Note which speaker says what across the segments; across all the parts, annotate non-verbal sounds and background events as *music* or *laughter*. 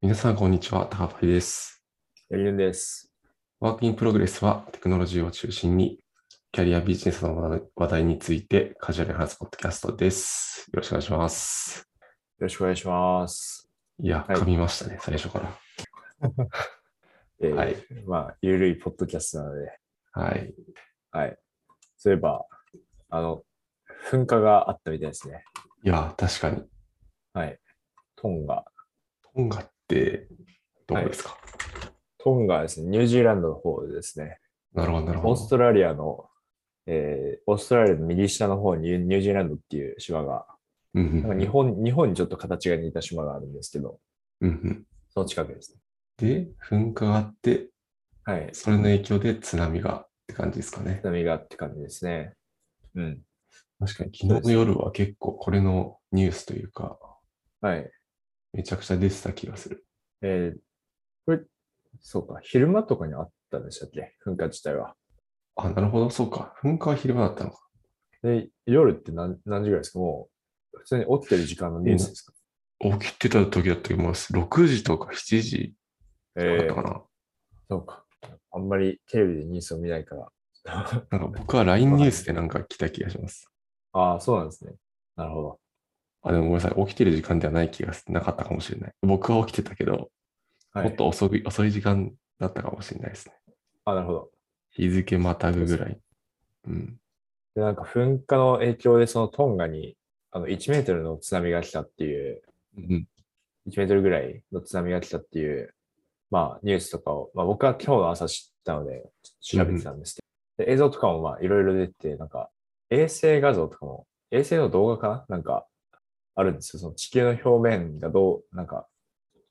Speaker 1: 皆さん、こんにちは。高パイです。
Speaker 2: やりるんです。
Speaker 1: ワークインプログレスはテクノロジーを中心に、キャリアビジネスの話話題についてカジュアルに話すポッドキャストです。よろしくお願いします。
Speaker 2: よろしくお願いします。
Speaker 1: いや、
Speaker 2: はい
Speaker 1: 噛みましたね、最初から。
Speaker 2: えー
Speaker 1: はい
Speaker 2: まあ、ゆるいポッドキャストなので、
Speaker 1: はい。
Speaker 2: はい。そういえば、あの、噴火があったみたいですね。
Speaker 1: いや、確かに。
Speaker 2: はい。トンガ。
Speaker 1: トンガって、どこですか、
Speaker 2: トンガはですね、ニュージーランドの方でですね、
Speaker 1: なるほど、なる
Speaker 2: オ
Speaker 1: ほ
Speaker 2: ース
Speaker 1: ど。
Speaker 2: トラリアの、えーオーストラリアの右下の方にニュニュージーランドっていう島が、
Speaker 1: うんう
Speaker 2: なんか
Speaker 1: ん
Speaker 2: 日本、日本にちょっと形が似た島があるんですけど、
Speaker 1: うんうん
Speaker 2: その近くですね。
Speaker 1: で、噴火があって、
Speaker 2: はい。津
Speaker 1: それの影響で津波がって感じですかね。
Speaker 2: 波がって感じですね。うん。
Speaker 1: 確かに、昨日の夜は結構これのニュースというか、
Speaker 2: はい。
Speaker 1: めちゃくちゃ出てた気がする。
Speaker 2: えーこれ、そうか、昼間とかにあったんでしたっけ噴火自体は。
Speaker 1: あ、なるほど、そうか。噴火は昼間だったのか。
Speaker 2: で、夜って何何時ぐらいですかもう、普通に起きてる時間のニュースですか、
Speaker 1: 起きてた時だったけど、もう6時とか7時だっ
Speaker 2: え
Speaker 1: た
Speaker 2: ー
Speaker 1: かな。
Speaker 2: そうか。あんまりテレビでニュースを見ないから。 *laughs*
Speaker 1: なんか僕は LINE ニュースでなんか来た気がします。
Speaker 2: ああ、そうなんですね。なるほど。
Speaker 1: あ、でもごめんなさい。起きてる時間ではない気がなかったかもしれない。僕は起きてたけど、
Speaker 2: は
Speaker 1: もっ
Speaker 2: い。
Speaker 1: と遅い遅い時間だったかもしれないですね。
Speaker 2: あ、なるほど。
Speaker 1: 日付またぐぐらい。うん。
Speaker 2: で、なんか噴火の影響で、そのトンガに、あの、1メートルの津波が来たっていう、
Speaker 1: うん。
Speaker 2: 1メートルぐらいの津波が来たっていう、まあ、ニュースとかを、まあ、僕は今日の朝知ったので、ちょっと調べてたんですけど、で映像とかも、まあ、いろいろ出て、なんか、衛星画像とかも、衛星の動画かななんか、あるんですよ。その地球の表面がどう、なんか、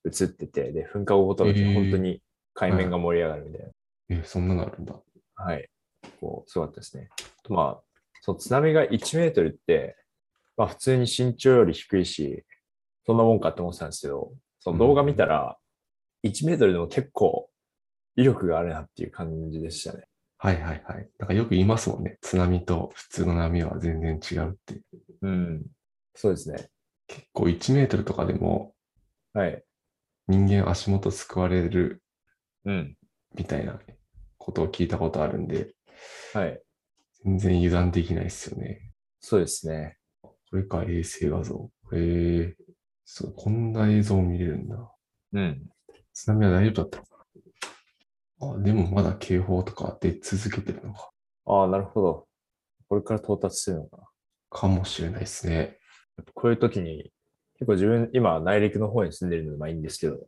Speaker 2: 映ってて、で、噴火後ごと
Speaker 1: へ
Speaker 2: に
Speaker 1: ー
Speaker 2: 本当に海面が盛り上がるみたいな。
Speaker 1: えーそんなのあるんだ。
Speaker 2: はい。こう、すごかったですね。とまあ、その津波が1メートルって、まあ普通に身長より低いし、そんなもんかって思ってたんですけど、その動画見たら、1メートルでも結構威力があるなっていう感じでしたね。
Speaker 1: はいはいはい。なんかよく言いますもんね。津波と普通の波は全然違うって。
Speaker 2: うん。そうですね。
Speaker 1: 結構1メートルとかでも
Speaker 2: はい。
Speaker 1: 人間足元すくわれる
Speaker 2: うん。
Speaker 1: みたいなことを聞いたことあるんで、
Speaker 2: はい。
Speaker 1: 全然油断できないですよね。
Speaker 2: そうですね。
Speaker 1: これか、衛星画像。へえー、そう、こんな映像を見れるんだ。
Speaker 2: うん。
Speaker 1: 津波は大丈夫だったのかなあ、でもまだ警報とか出続けてるのか。
Speaker 2: ああ、なるほど。これから到達するのかな。
Speaker 1: かもしれないですね。
Speaker 2: やっぱこういう時に、結構自分、今内陸の方に住んでるのでまあいいんですけど、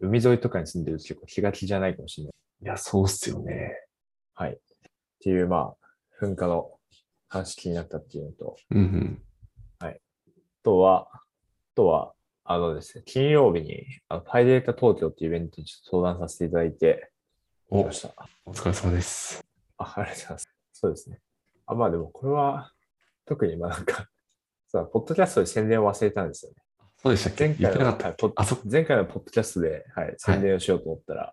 Speaker 2: 海沿いとかに住んでると結構気が気じゃないかもしれない。
Speaker 1: いや、そうっすよね。
Speaker 2: はい。っていう、まあ、噴火の話気になったっていうのと、
Speaker 1: うんうん。
Speaker 2: あとは、あとは、あのですね、金曜日に、あのパイデータ東京っていうイベントにちょっと相談させていただいて、
Speaker 1: お
Speaker 2: きま、した。あ、
Speaker 1: お疲れ様です。
Speaker 2: ありがとうございます。そうですね。あ、まあでも、これは、特にまあなんか、さ、ポッドキャストで宣伝を忘れたんですよね。
Speaker 1: そうでしたっけ
Speaker 2: 前
Speaker 1: 言っ
Speaker 2: 回
Speaker 1: てなか
Speaker 2: の、
Speaker 1: った
Speaker 2: は
Speaker 1: っ
Speaker 2: い
Speaker 1: け
Speaker 2: ポッ
Speaker 1: あ、そっ
Speaker 2: 前回のポッドキャストで、はい、宣伝をしようと思ったら、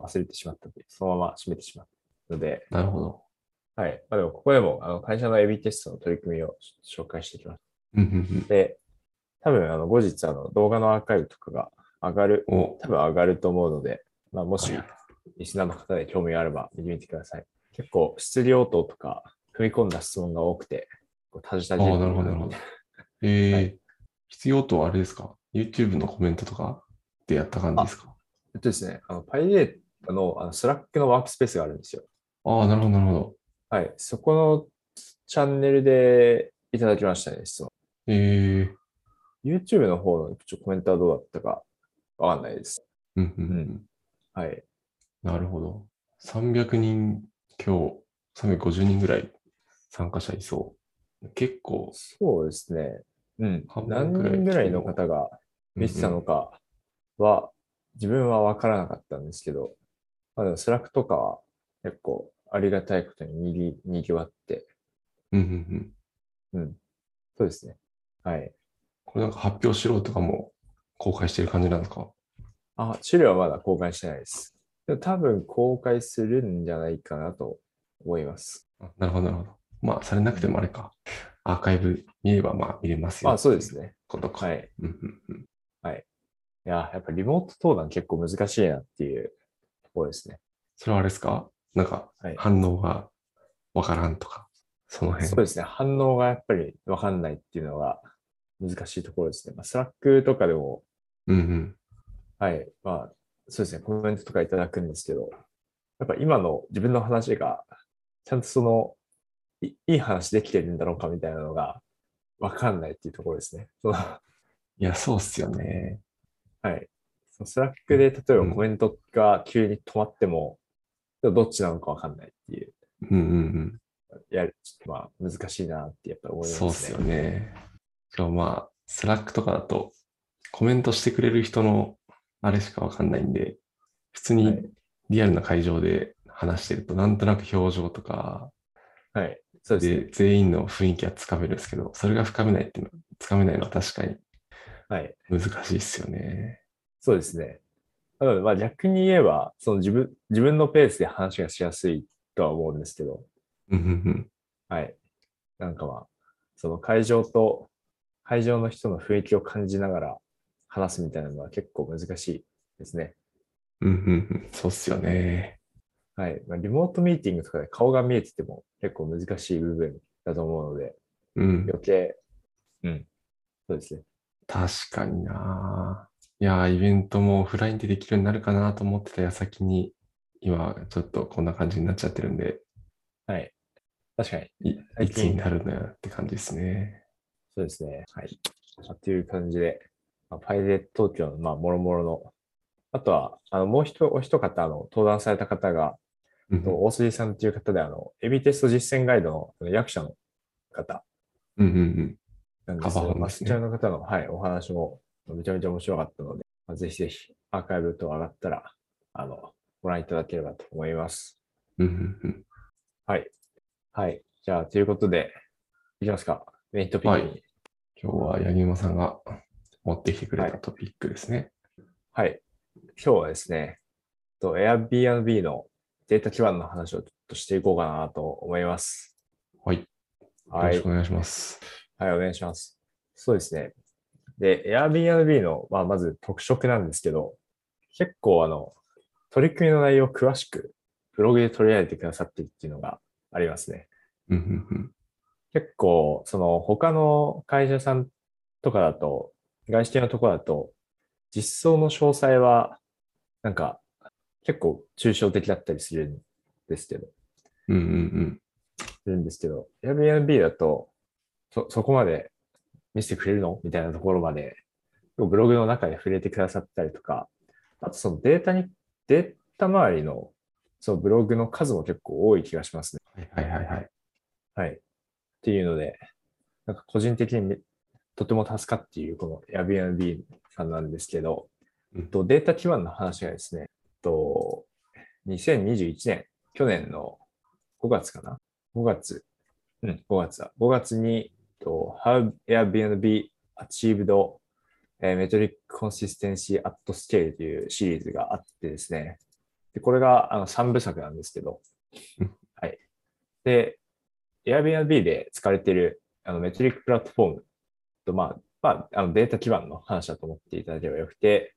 Speaker 2: 忘れてしまったという、そのまま閉めてしまったので、
Speaker 1: なるほど。
Speaker 2: はい。まあでも、ここでも、あの、会社のエビテストの取り組みを紹介してきました
Speaker 1: うんうん
Speaker 2: で、多分あの後日あの動画のアーカイブとかが上がる、
Speaker 1: うん。お、
Speaker 2: 多分上がると思うので、まあ、もし
Speaker 1: はい
Speaker 2: リスナーの方で興味があれば見てみてください。結構質疑応答とか踏み込んだ質問が多くて、こうタジタ
Speaker 1: あ
Speaker 2: ジ。
Speaker 1: なるほど、なるほど。えー
Speaker 2: はい
Speaker 1: 必要とはあれですか ?YouTube のコメントとかでやった感じですか
Speaker 2: えっとですね、あのパイレートのあのスラックのワークスペースがあるんですよ。
Speaker 1: ああ、なるほど、なるほど。
Speaker 2: はい。そこのチャンネルでいただきましたね、質問。
Speaker 1: ええ
Speaker 2: YouTube の方のちょコメントはどうだったかわかんないです。
Speaker 1: うんうんう。
Speaker 2: うんはい。
Speaker 1: なるほど。300人強、350人ぐらい参加者いそう。結構、
Speaker 2: そうですね。うん。
Speaker 1: 半分
Speaker 2: 何
Speaker 1: くらい
Speaker 2: 人ぐらいの方が見てたのかは、自分は分からなかったんですけど、まあでもスラックとかは結構ありがたいことににぎにぎわって、
Speaker 1: うんうんうんうん。
Speaker 2: うん。そうですね。はい。
Speaker 1: これなんか発表しろとかも公開してる感じなんですか
Speaker 2: あ、資料はまだ公開してないです。でも多分公開するんじゃないかなと思います。
Speaker 1: あなるほど、なるほど。まあ、されなくてもあれか。アーカイブ見ればまあ見れますよ。
Speaker 2: まあそうです。ね。
Speaker 1: ことか。
Speaker 2: はい。
Speaker 1: うんうんうん。
Speaker 2: いや、やっぱリモート登壇結構難しいなっていうところですね。
Speaker 1: それはあれですかなんか
Speaker 2: はい、
Speaker 1: 反応がわからんとか、その辺。
Speaker 2: そうですね。反応がやっぱりわかんないっていうのが難しいところですね。まあ、スラックとかでも、
Speaker 1: うんうん。
Speaker 2: はい、まあ、そうですね。コメントとかいただくんですけど、やっぱ今の自分の話が、ちゃんとその、いいい話できてるんだろうかみたいなのが、わかんないっていうところですね。その
Speaker 1: いや、そうっすよね。
Speaker 2: はい。そのスラックで、例えば
Speaker 1: うん
Speaker 2: コメントが急に止まっても、でもどっちなのかわかんないっていう、
Speaker 1: うんうん
Speaker 2: やる、ちょっとまあ難しいなってやっぱり
Speaker 1: うん。
Speaker 2: 思います
Speaker 1: そ
Speaker 2: ね。
Speaker 1: うっすよね。でもまあ、スラックとかだと、コメントしてくれる人のあれしかわかんないんで、普通
Speaker 2: は
Speaker 1: に
Speaker 2: い
Speaker 1: リアルな会場で話してると、なんとなく表情とか、
Speaker 2: はい。そうですね。
Speaker 1: で、全員の雰囲気はつかめるんですけど、それが深めないっていうのは、つかめないのは確かに
Speaker 2: はい。
Speaker 1: 難しいっすよね。
Speaker 2: そうですね。なので、まあ逆に言えば、その自分、自分のペースで話がしやすいとは思うんですけど、
Speaker 1: うんうん
Speaker 2: はい。なんかまあ、その会場と、会場の人の雰囲気を感じながら話すみたいなのは結構難しいですね。
Speaker 1: うん。うんうんうん。そうっすよね。
Speaker 2: はい。まあ、リモートミーティングとかで顔が見えてても結構難しい部分だと思うので、
Speaker 1: うん。
Speaker 2: 余計、うん。そうですね。
Speaker 1: 確かにないやー、イベントもオフラインでできるようになるかなと思ってた矢先に、今、ちょっとこんな感じになっちゃってるんで、
Speaker 2: はい。確かに。
Speaker 1: いい
Speaker 2: 最
Speaker 1: つ
Speaker 2: 近
Speaker 1: になるのやって感じですね。
Speaker 2: そうですね。はい。まあという感じで、まあ、パイレート東京の、まあ、もろもろの、あとは、あの、もう一、お一方、あの、登壇された方が、
Speaker 1: うん
Speaker 2: と大杉さんという方で、あの、エビテスト実践ガイドのあの役者の方
Speaker 1: うんうん
Speaker 2: なんですけ
Speaker 1: カバ
Speaker 2: ど、
Speaker 1: ー
Speaker 2: まあ
Speaker 1: です
Speaker 2: そ
Speaker 1: ね
Speaker 2: ちらの方の、はい、お話もめちゃめちゃ面白かったので、まあ、ぜひぜひアーカイブと上がったら、あの、ご覧いただければと思います。
Speaker 1: うん。うんうん
Speaker 2: はい。はい。じゃあ、ということで、いきますか。メイントピックに。
Speaker 1: は今日は八木馬さんが持ってきてくれたトピックですね。
Speaker 2: はい。今日はですね、と Airbnb のデータ基盤の話をちょっとしていこうかなと思います。
Speaker 1: はい。よ
Speaker 2: は
Speaker 1: ろ
Speaker 2: い
Speaker 1: しく。お願いします。
Speaker 2: はい、お願いします。そうですね。で、Airbnb の、まあ、まず特色なんですけど、結構あの、取り組みの内容を詳しくブログで取り上げてくださってるっていうのがありますね。
Speaker 1: うんうん
Speaker 2: 結構、その他の会社さんとかだと、外資系のところだと、実装の詳細は、なんか、結構抽象的だったりするんですけど、
Speaker 1: うん。うんうん
Speaker 2: するんですけど、Airbnb だと、そ、そこまで見せてくれるのみたいなところまで、ブログの中で触れてくださったりとか、あとそのデータに、データ周りの、そのブログの数も結構多い気がしますね。
Speaker 1: うん。はいはいはいはい。
Speaker 2: はい。っていうので、なんか個人的にめとても助かっているこの Airbnb さんなんですけど、
Speaker 1: うん
Speaker 2: えっとデータ基盤の話がですね、えっと2021年、去年の5月かな ?5 月。うん、5月だ。5月に、えっと How Airbnb Achieved eh, Metric Consistency at Scale というシリーズがあってですね、でこれがあの3部作なんですけ
Speaker 1: *laughs*
Speaker 2: ど
Speaker 1: うん、
Speaker 2: はい。で、Airbnb で使われているあのメトリックプラットフォームと、まあ、まあ、あのデータ基盤の話だと思っていただければよくて、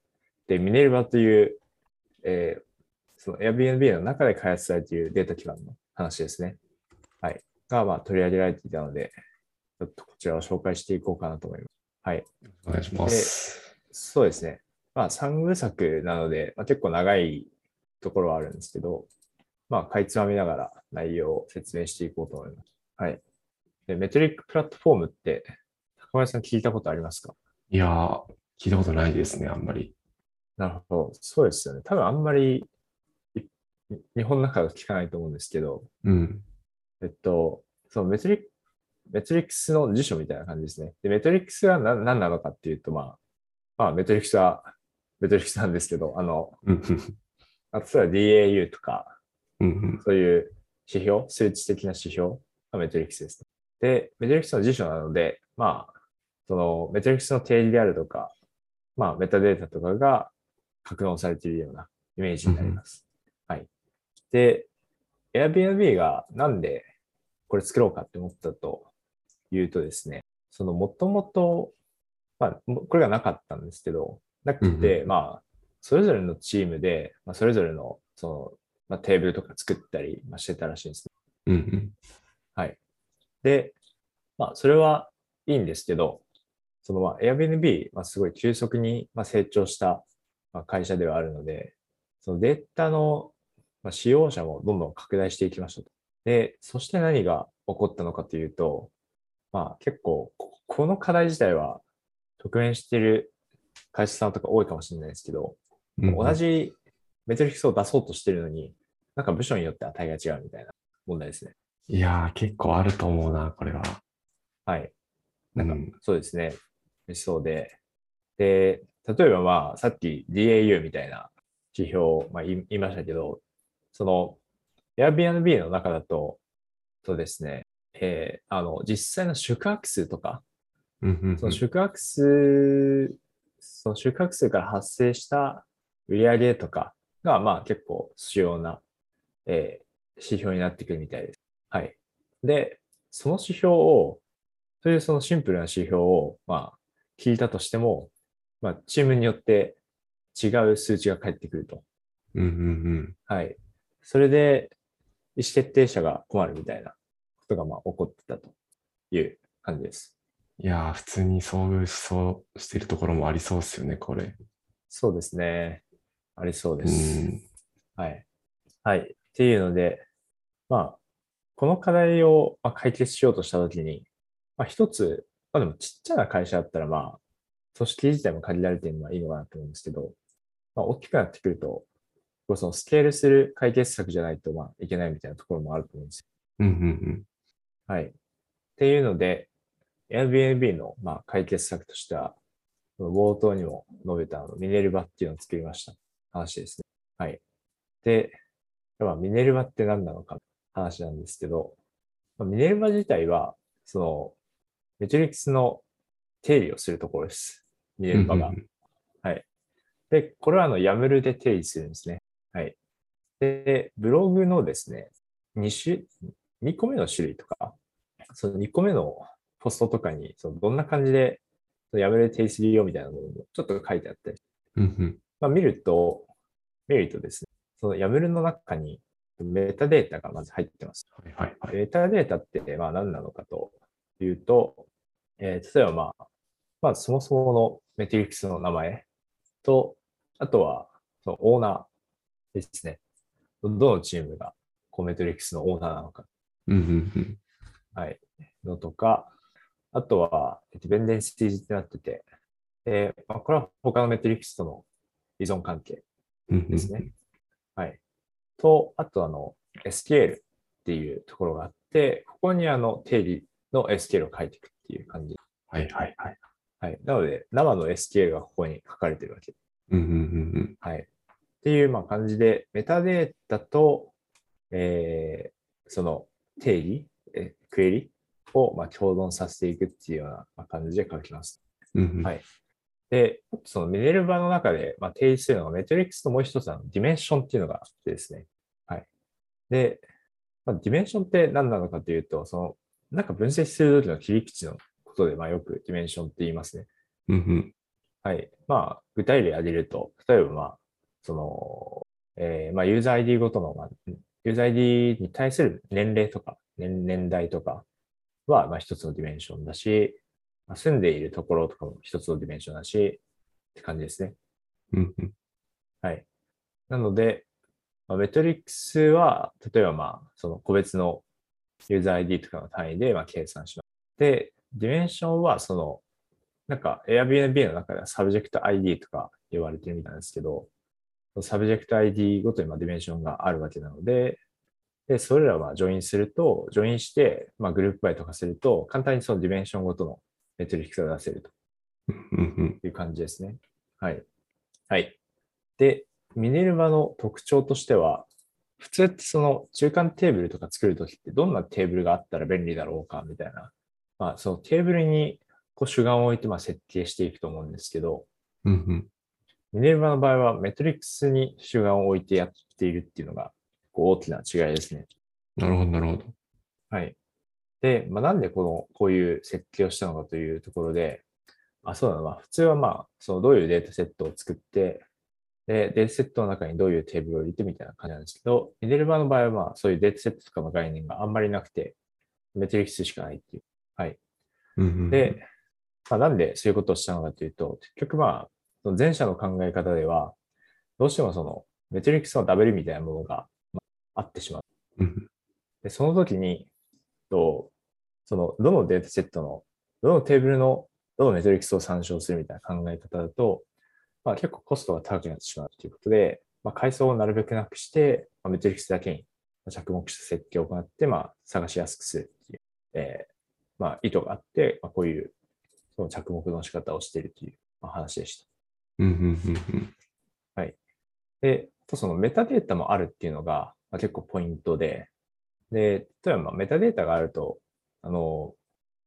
Speaker 2: で、ミネルバという、えーその Airbnb の中で開発されているデータ基盤の話ですね。はい。が、まあ、取り上げられていたので、ちょっとこちらを紹介していこうかなと思います。はい。
Speaker 1: お願いします。
Speaker 2: そうですね。まあ、三部作なので、まあ、結構長いところはあるんですけど、まあ、かいつまみながら内容を説明していこうと思います。はい。で、メトリックプラットフォームって、高林さん聞いたことありますか
Speaker 1: いやー、聞いたことないですね、あんまり。
Speaker 2: なるほど。そうですよね。多分あんまり、い日本の中では聞かないと思うんですけど、
Speaker 1: うん。
Speaker 2: えっと、そのメトリック、メトリックスの辞書みたいな感じですね。で、メトリックスは何何なのかっていうと、まあ、まあ、メトリックスは、メトリックスなんですけど、あの、
Speaker 1: うんうん
Speaker 2: あとは DAU とか、
Speaker 1: うん
Speaker 2: そういう指標、数値的な指標がメトリックスです。で、メトリックスの辞書なので、まあ、そのメトリックスの定義であるとか、まあ、メタデータとかが格納されているようなイメージになります。はい。で、Airbnb がなんでこれ作ろうかって思ったというとですね、そのもともと、まあ、もこれがなかったんですけど、なく
Speaker 1: うん
Speaker 2: て、まあ、それぞれのチームで、まあ、それぞれの、その、まあ、テーブルとか作ったり、まあ、してたらしいんですね。
Speaker 1: うん
Speaker 2: で、まあ、それはいいんですけど、その、まあ、Airbnb、まあ、すごい急速に、まあ、成長した、まあ、会社ではあるので、そのデータの、まあ、使用者もどんどん拡大していきましたと。で、そして何が起こったのかというと、まあ、結構、ここの課題自体は、直面している会社さんとか多いかもしれないですけど、
Speaker 1: うんうん。
Speaker 2: 同じメトリックスを出そうとしてるのに、なんか部署によって値が違うみたいな問題ですね。
Speaker 1: いやー、結構あると思うな、これは。
Speaker 2: はい。
Speaker 1: う
Speaker 2: なんか
Speaker 1: ん、
Speaker 2: そうですね。そうで。で、例えばまあ、さっき DAU みたいな指標を、まあ、言い言いましたけど、その Airbnb の中だと、そうですね、えーあの、実際の宿泊数とか、
Speaker 1: うんうんうん
Speaker 2: その宿泊数、その宿泊数から発生した売り上げとかが、まあ結構主要な、えー指標になってくるみたいです。はい。で、その指標を、というそのシンプルな指標を、まあ聞いたとしても、まあチームによって違う数値が返ってくると。
Speaker 1: うんうん
Speaker 2: はい。それで意思決定者が困るみたいなことがまあ起こってたという感じです。
Speaker 1: うん。いやー、普通に遭遇しそうしてるところもありそうですよね、これ。
Speaker 2: そうですね。ありそうで
Speaker 1: う
Speaker 2: す。
Speaker 1: ん。
Speaker 2: はい。はい。っていうので、まあ、この課題をまあ解決しようとしたときに、まあ、一つ、まあでもちっちゃな会社だったら、まあ、組織自体も限られてるのはいいのかなと思うんですけど、まあ、大きくなってくると、こうそのスケールする解決策じゃないと、まあ、いけないみたいなところもあると思うんですよ
Speaker 1: うんうん
Speaker 2: はい。っていうので、Airbnb の、まあ、解決策としては、その冒頭にも述べたあのミネルバっていうのを作りました話ですね。はい。で、まあ、ミネルバって何なのか話なんですけど、まあ、ミネルバ自体は、その、メトリックスの定理をするところです。ミネ
Speaker 1: うん。
Speaker 2: ルバが。
Speaker 1: うんうん
Speaker 2: で、これはあの、ヤムルで定義するんですね。はい。で、ブログのですね、2種、2個目の種類とか、その2個目のポストとかに、そのどんな感じで、そのヤムルで定義するよみたいなものもちょっと書いてあったり、
Speaker 1: うんうん。
Speaker 2: まあ、見ると、見るとですね、そのヤムルの中にメタデータがまず入ってます。
Speaker 1: はいはいはい。
Speaker 2: メタデータってまあ何なのかというと、えー例えば、まあ、まあ、そもそものメトリックスの名前と、あとはそのオーナーですね。どのチームがこうメトリックスのオーナーなのか
Speaker 1: うんうんうん。
Speaker 2: はい、のとか、あとは、えっと、ベンデンシティってなってて、えーまあ、これは他のメトリックスとの依存関係
Speaker 1: うんうんうん
Speaker 2: ですね。はい。と、あとあの、SQL っていうところがあって、ここにあの定理の SQL を書いていくっていう感じ。
Speaker 1: はいはいはい。
Speaker 2: はい。なので、生の SQL がここに書かれてるわけ。
Speaker 1: うんうんうん
Speaker 2: はい。っていうまあ感じで、メタデータと、えーその定義、えクエリをまあ共存させていくっていうようなまあ感じで書きます。
Speaker 1: うん。うんうん
Speaker 2: はいで、そのミネルバの中で、まあ、定義するのがメトリックスともう一つのディメンションっていうのがあってですね。はい。で、まあ、ディメンションって何なのかというと、その、なんか分析するときの切り口のことで、まあ、よくディメンションって言いますね。
Speaker 1: うんうん。
Speaker 2: はい。まあ、具体例挙げると、例えば、まあ、その、えーまあ、ユーザー ID ごとの、まあ、ユーザー ID に対する年齢とか、年年代とかは、まあ、一つのディメンションだし、まあ、住んでいるところとかも一つのディメンションだし、って感じですね。
Speaker 1: うんうん。
Speaker 2: はい。なので、まあ、メトリックスは、例えば、まあ、その個別のユーザー ID とかの単位で、まあ、計算します。で、ディメンションは、その、なんか Airbnb の中ではサブジェクト ID とか言われてるみたいなんですけど、そのサブジェクト ID ごとにまあディメンションがあるわけなので、で、それらはジョインすると、ジョインして、まあ、グループバイとかすると、簡単にそのディメンションごとのメトリックスが出せると。
Speaker 1: うんうん。
Speaker 2: という感じですね。はい。はい。で、ミネルヴァの特徴としては、普通ってその中間テーブルとか作るときってどんなテーブルがあったら便利だろうかみたいな、まあそのテーブルにこう主眼を置いてまあ設計していくと思うんですけど、
Speaker 1: うんうん。
Speaker 2: ミネルヴァの場合はメトリックスに主眼を置いてやっているっていうのがこう大きな違いですね。
Speaker 1: なるほどなるほど。
Speaker 2: はい。で、まあ、なんでこの、こういう設計をしたのかというところで、あ、そうだな。まあ普通はまあ、そのどういうデータセットを作って、で、データセットの中にどういうテーブルを入れてみたいな感じなんですけど、ミネルバの場合はまあ、そういうデータセットとかの概念があんまりなくて、メトリクスしかないっていう。
Speaker 1: うんうん
Speaker 2: で、、まあ、なんでそういうことをしたのかというと、結局まあ、その前者の考え方では、どうしてもそのメトリックスのダブルみたいなものがまああってしまう。
Speaker 1: うん
Speaker 2: で、その時に、とそのどのデータセットの、どのテーブルの、どのメトリックスを参照するみたいな考え方だと、まあ、結構コストが高くなってしまうということで、まあ、階層をなるべくなくして、まあ、メトリックスだけに着目した設計を行って、まあ、探しやすくするっていう、えーまあ、意図があって、まあ、こういうその着目の仕方をしているという、まあ、話でした。
Speaker 1: うんうんうんうん
Speaker 2: で、あとそのメタデータもあるっていうのが、まあ、結構ポイントで、で、例えばまあメタデータがあると、あの、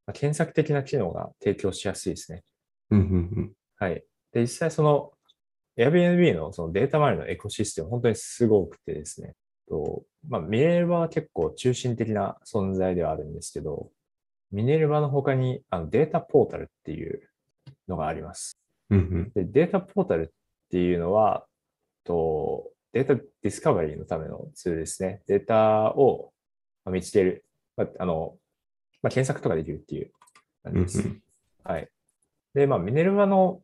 Speaker 2: まあ、検索的な機能が提供しやすいですね。
Speaker 1: うんうん
Speaker 2: はい。で、実際その Airbnb のそのデータ周りのエコシステム、本当にすごくてですね、とまあ、ミネルバは結構中心的な存在ではあるんですけど、ミネルバの他にあのデータポータルっていうのがあります。
Speaker 1: うんうん
Speaker 2: で、データポータルっていうのは、とデータディスカバリーのためのツールですね。データをまあ見つける、まああのまあ、検索とかできるっていう感
Speaker 1: う
Speaker 2: じ
Speaker 1: ん
Speaker 2: です。はい。で、まあ、ミネルヴァの、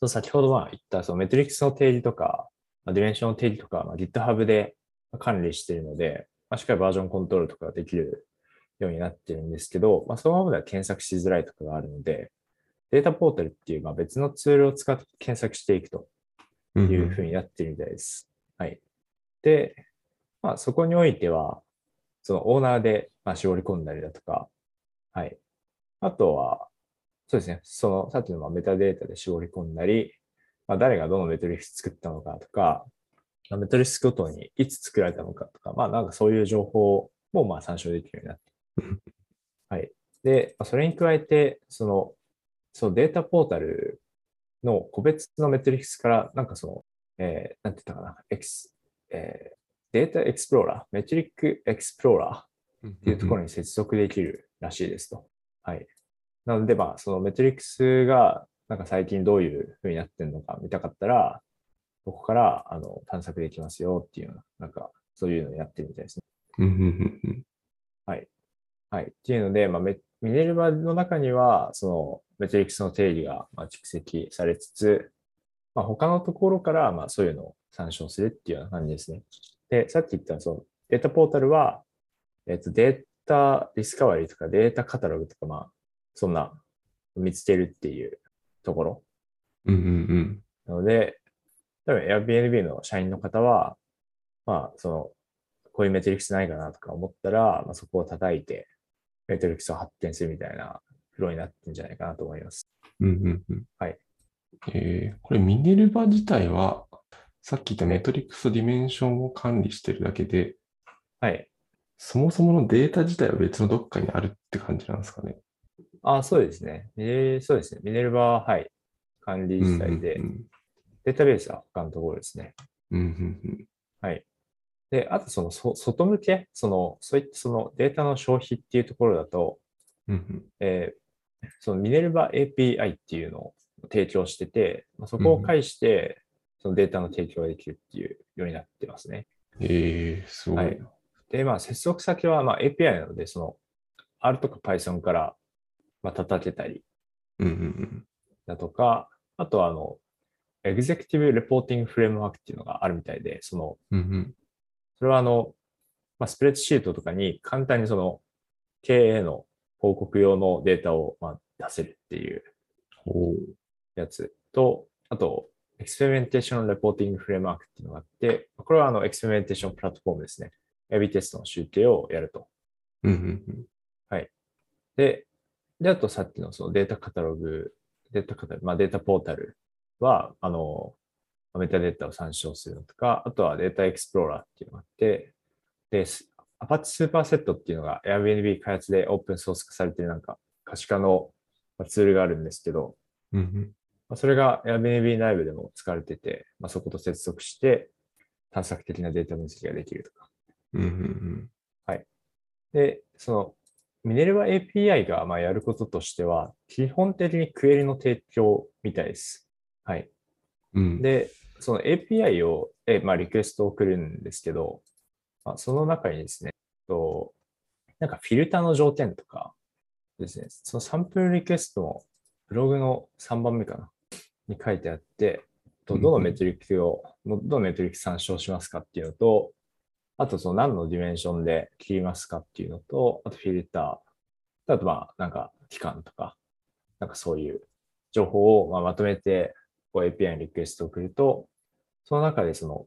Speaker 2: その先ほどまあ言ったそのメトリックスの定義とか、まあディメンションの定義とか、まあ、GitHub で管理しているので、まあ、しっかりバージョンコントロールとかができるようになってるんですけど、まあ、そのままでは検索しづらいとかがあるので、データポータルっていうまあ別のツールを使って検索していくと
Speaker 1: うんうん
Speaker 2: いうふうになってるみたいです。はい。で、まあ、そこにおいては、そのオーナーで、まあ、絞り込んだりだとか、はい。あとは、そうですね、その、さっきのまあメタデータで絞り込んだり、まあ、誰がどのメトリックス作ったのかとか、まあメトリックスごとにいつ作られたのかとか、まあ、なんかそういう情報もまあ参照できるようになって。
Speaker 1: *laughs*
Speaker 2: はい。で、まあそれに加えて、その、そのデータポータルの個別のメトリックスから、なんかその、えーなんて言ったかな、エクスえーデータエクスプローラー、メトリックエクスプローラ
Speaker 1: っ
Speaker 2: ーっていうところに接続できるらしいですと。はい。なので、まあ、そのメトリックスが、なんか最近どういう風になってるのか見たかったら、ここからあの探索できますよっていうような、なんかそういうのになってるみたいですね。
Speaker 1: うんうんうん
Speaker 2: はい。っていうので、まあ、メミネルバの中には、そのメトリックスの定義がまあ蓄積されつつ、まあ、他のところからまあそういうのを参照するっていうような感じですね。で、さっき言ったそのデータポータルは、えっと、データディスカバリーとかデータカタログとか、まあ、そんな見つけるっていうところ
Speaker 1: うんうんうん
Speaker 2: なので、多分 Airbnb の社員の方は、まあ、その、こういうメトリックスないかなとか思ったら、まあ、そこを叩いて、メトリックスを発展するみたいなフローになってるんじゃないかなと思います。
Speaker 1: うんうんうん
Speaker 2: はい。
Speaker 1: えーこれ、ミネルヴァ自体は、さっき言ったメトリックスとディメンションを管理してるだけで、
Speaker 2: はい。
Speaker 1: そもそものデータ自体は別のどっかにあるって感じなんですかね。
Speaker 2: あ、そうですね。ミネそうですね。ミネルヴァは、はい。管理自体で
Speaker 1: う、ん
Speaker 2: データベースは他のところですね。
Speaker 1: うんうん
Speaker 2: で、あとその、そ外向け、その、そういったそのデータの消費っていうところだと、
Speaker 1: うんうん
Speaker 2: えーそのミネルバ API っていうのを提供してて、まあそこを介して、そのデータの提供ができるっていうようになってますね。
Speaker 1: えー、すごい。
Speaker 2: はいで、まあ、接続先はまあ API なので、その R とか Python からまあ叩けたり
Speaker 1: うんうん
Speaker 2: だとか、あとはあの、エグゼクティブレポーティングフレームワークっていうのがあるみたいで、その、
Speaker 1: うんうん
Speaker 2: それはあの、まあ、スプレッドシートとかに簡単にその経営の報告用のデータをまあ出せるっていう
Speaker 1: ほう
Speaker 2: やつと、あと、エクスペメンテーションレポーティングフレームワークっていうのがあって、これはあのエクスペメンテーションプラットフォームですね。エビテストの集計をやると。
Speaker 1: うんうんうん
Speaker 2: で、で、あとさっきのそのデータカタログ、データカタログ、まあデータポータルは、あの、メタデータを参照するのとか、あとはデータエクスプローラーっていうのがあって、で、す Apache スーパーセットっていうのが Airbnb 開発でオープンソース化されてるなんか可視化のまあツールがあるんですけど、
Speaker 1: うんうん
Speaker 2: まあ、それが Airbnb 内部でも使われてて、まあ、そこと接続して探索的なデータ分析ができるとか。
Speaker 1: うんうん
Speaker 2: で、そのミネルヴァ API がまあやることとしては、基本的にクエリの提供みたいです。はい。
Speaker 1: うん。
Speaker 2: で、その API を、えまあ、リクエストを送るんですけど、まあ、その中にですね、となんかフィルターの条件とかですね、そのサンプルリクエストのブログの3番目かな、に書いてあって、と
Speaker 1: うん
Speaker 2: どのメトリックを、どのメトリック参照しますかっていうのと、あとその何のディメンションで切りますかっていうのと、あとフィルター、あとまあなんか期間とか、なんかそういう情報をまあまとめてこう API にリクエストを送ると、その中でその、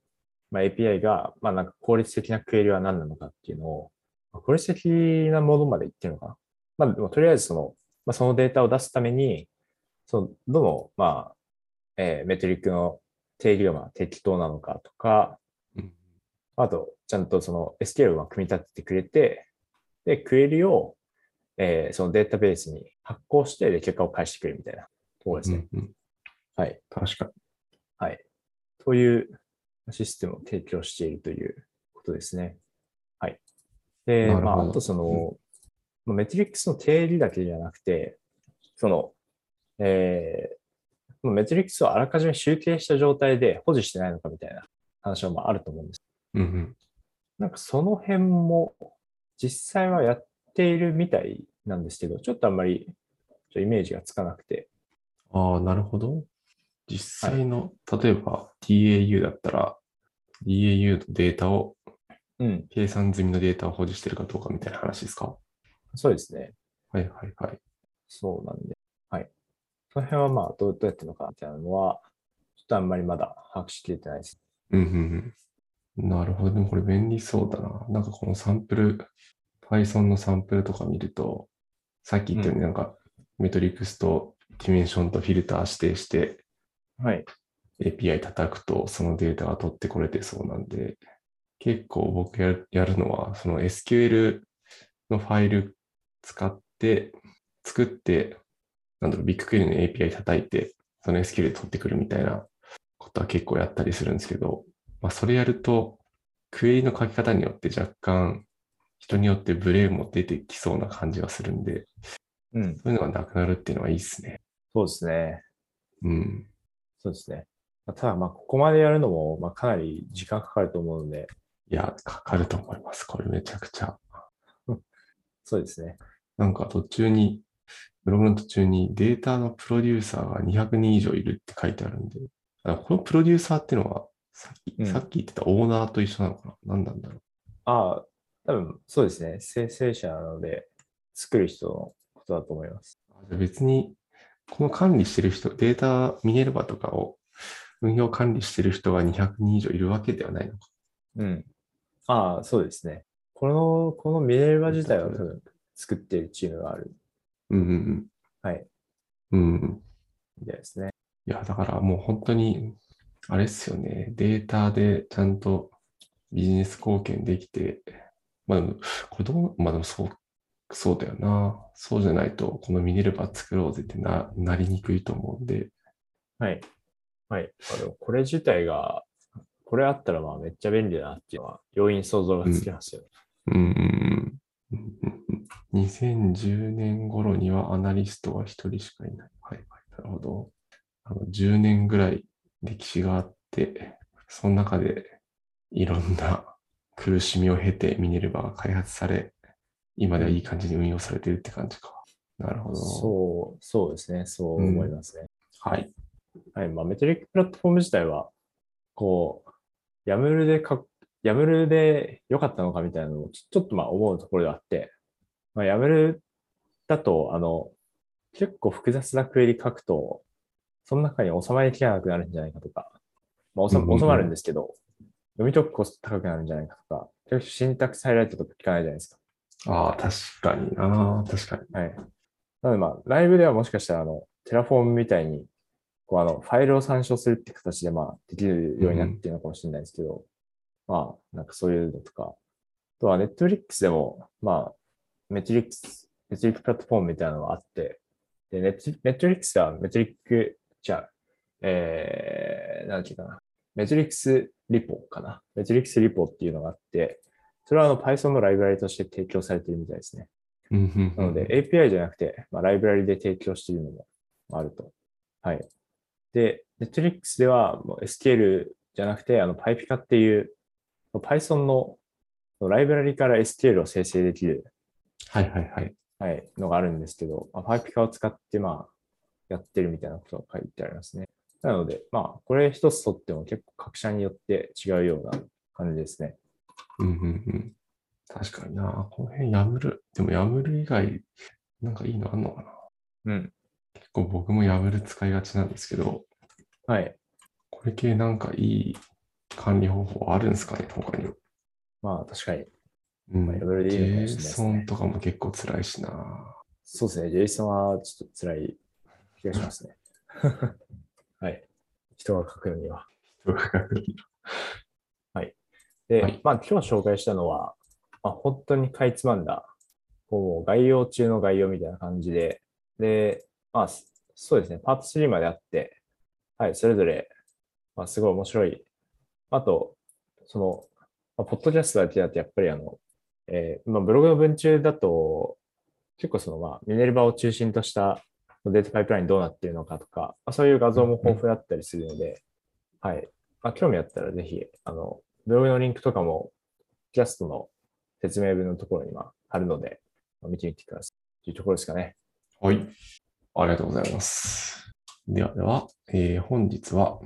Speaker 2: まあ、API が、まあ、なんか効率的なクエリは何なのかっていうのを、まあ効率的なものまで言ってるのかな。まあ、でもとりあえずその、まあ、そのデータを出すために、そのどの、まあえーメトリックの定義がまあ適当なのかとか、
Speaker 1: うん
Speaker 2: あと、ちゃんとその SQL を組み立ててくれて、で、クエリを、えーそのデータベースに発行して、で、結果を返してくれるみたいなところですね。
Speaker 1: うんうん
Speaker 2: はい。
Speaker 1: 確かに。
Speaker 2: というシステムを提供しているということですね。はい。で、
Speaker 1: なるほど
Speaker 2: まあ、あとその、まあメトリックスの定理だけじゃなくて、その、えーまあメトリックスをあらかじめ集計した状態で保持してないのかみたいな話もまああると思うんです。
Speaker 1: うんうん。
Speaker 2: なんかその辺も実際はやっているみたいなんですけど、ちょっとあんまりちょイメージがつかなくて、
Speaker 1: ああ、なるほど。実際の、例えば DAU だったら、DAU のデータを、
Speaker 2: うん、
Speaker 1: 計算済みのデータを保持しているかどうかみたいな話ですか
Speaker 2: そうですね。
Speaker 1: はいはいはい。
Speaker 2: そうなんで、はい。その辺はまあ、どうどうやってるのかみたいなのは、ちょっとあんまりまだ把握しきれてないです。
Speaker 1: うんうんうん。なるほど。でもこれ便利そうだな。なんかこのサンプル、Python のサンプルとか見ると、さっき言ったようになんか、メトリックスとディメンションとフィルター指定して、
Speaker 2: はい。
Speaker 1: API 叩くとそのデータが取ってこれてそうなんで、結構僕やるやるのは、その SQL のファイル使って、作って、なんだろう、ビッグクエリの API 叩いて、その SQL で取ってくるみたいなことは結構やったりするんですけど、まあ、それやると、クエリの書き方によって若干、人によってブレも出てきそうな感じがするんで、
Speaker 2: うん。
Speaker 1: そういうのがなくなるっていうのはいいですね。
Speaker 2: そうですね。
Speaker 1: うん。
Speaker 2: そうですね。まあただ、まあ、ここまでやるのも、まあ、かなり時間かかると思うので、
Speaker 1: いや、かかると思います。これめちゃくちゃ。
Speaker 2: そうですね。
Speaker 1: なんか途中に、ブログの途中にデータのプロデューサーが200人以上いるって書いてあるんで、あこのプロデューサーってのはさっき、
Speaker 2: うん
Speaker 1: さっき言ってたオーナーと一緒なのかな何なんだろう
Speaker 2: ああ、多分、そうですね。生成者なので、作る人のことだと思います。
Speaker 1: あじゃあ別に、この管理してる人、データミネルバとかを運用管理してる人が200人以上いるわけではないのか。
Speaker 2: うん。ああ、そうですね。この、このミネルヴァ自体は多分、作っているチームがある
Speaker 1: うんうんうん。
Speaker 2: はい。
Speaker 1: うんうん。
Speaker 2: みたいですね。
Speaker 1: いや、だからもう本当に、あれっすよね、データでちゃんとビジネス貢献できて、まあでも、これどう、まあでもそう、そうだよな。そうじゃないと、このミネルヴァ作ろうぜってな、なりにくいと思うんで、
Speaker 2: はい。はい。あのこれ自体が、これあったらまあめっちゃ便利だなっていうのは、要因想像がつきますよね。
Speaker 1: うん、うんうん2010年頃にはアナリストは一人しかいない。はいはい、なるほど。あの10年ぐらい歴史があって、その中でいろんな苦しみを経てミネルヴァが開発され、今ではいい感じに運用されてるって感じか。なるほど。
Speaker 2: そう、そうですね。そう思いますね。
Speaker 1: はい。
Speaker 2: はい。まあメトリックプラットフォーム自体は、こう、ヤムルでか、ヤムルで良かったのかみたいなのをちょちょっとまあ思うところがあって、まあ、ヤムルだと、あの、結構複雑なクエリ書くと、その中に収まりきらなくなるんじゃないかとか、まあ、収
Speaker 1: うんうんう
Speaker 2: ま
Speaker 1: ん
Speaker 2: 収まるんですけど、読み解くコスト高くなるんじゃないかとか、結局シンタックスハイライトとか聞かないじゃないですか。
Speaker 1: ああ、確かにな。確かに。
Speaker 2: はい。なのでまあ、ライブではもしかしたら、あの、テラフォームみたいに、こう、あの、ファイルを参照するって形で、まあ、できるようになっているのかもしれないですけど、まあ、なんかそういうのとか、あとは、ネットフリックスでも、まあ、メトリックス、メトリックプラットフォームみたいなのがあって、で、ネットネットフリックスがメトリック、じゃあ、えー、なんていうかな。メトリックスリポかな。メトリックスリポっていうのがあって、それはあの Python のライブラリとして提供されているみたいですね。
Speaker 1: うんう
Speaker 2: なんので、API じゃなくて、まあ、ライブラリで提供しているのもあると。はい。で、Netrix ではもう SQL じゃなくて、あの PyPica っていう、Python のライブラリから SQL を生成できる、
Speaker 1: はいはいはい。
Speaker 2: はい、のがあるんですけど、まあ、PyPica を使って、まあ、やってるみたいなことが書いてありますね。なので、まあ、これ一つとっても結構各社によって違うような感じですね。
Speaker 1: うんうんうん。確かにな。この辺、やむる。でも、やむる以外、なんかいいのあんのかな。
Speaker 2: うん。
Speaker 1: 結構僕もやむる使いがちなんですけど、
Speaker 2: はい。
Speaker 1: これ系なんかいい管理方法あるんですかね、他に。
Speaker 2: まあ、確かに。
Speaker 1: うん
Speaker 2: まあやむるでいいのかもしれないですね
Speaker 1: JSON とかも結構辛いし
Speaker 2: *laughs*
Speaker 1: な。
Speaker 2: そうですね、JSON はちょっと辛い気がしま
Speaker 1: *laughs*
Speaker 2: すね。はい。人が書くのには。で、
Speaker 1: はい
Speaker 2: まあ今日紹介したのは、まあ、本当にかいつまんだ、こう、概要中の概要みたいな感じで、で、まあ、そそうですね、パート3まであって、はい、それぞれ、まあすごい面白い。あと、その、まあ、ポッドキャストだけだとやっぱりあの、えーまあ、ブログの文中だと、結構その、まあ、ミネルバを中心としたデータパイプラインどうなっているのかとか、まあ、そういう画像も豊富だったりするので、はい。まあ、興味あったらぜひ、あの、ブログのリンクとかも、キャストの説明文のところにはあるので、まあ見てみてください。というところですかね。
Speaker 1: はい。ありがとうございます。では、ではえー本日は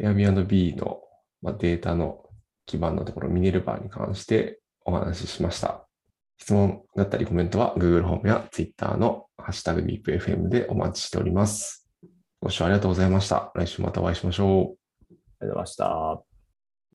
Speaker 1: Airbnb の、まあ、データの基盤のところ、ミネルバーに関してお話ししました。質問だったりコメントは Google ホームや Twitter のハッシュタグ BeepFM でお待ちしております。ご視聴ありがとうございました。来週またお会いしましょう。
Speaker 2: ありがとうございました。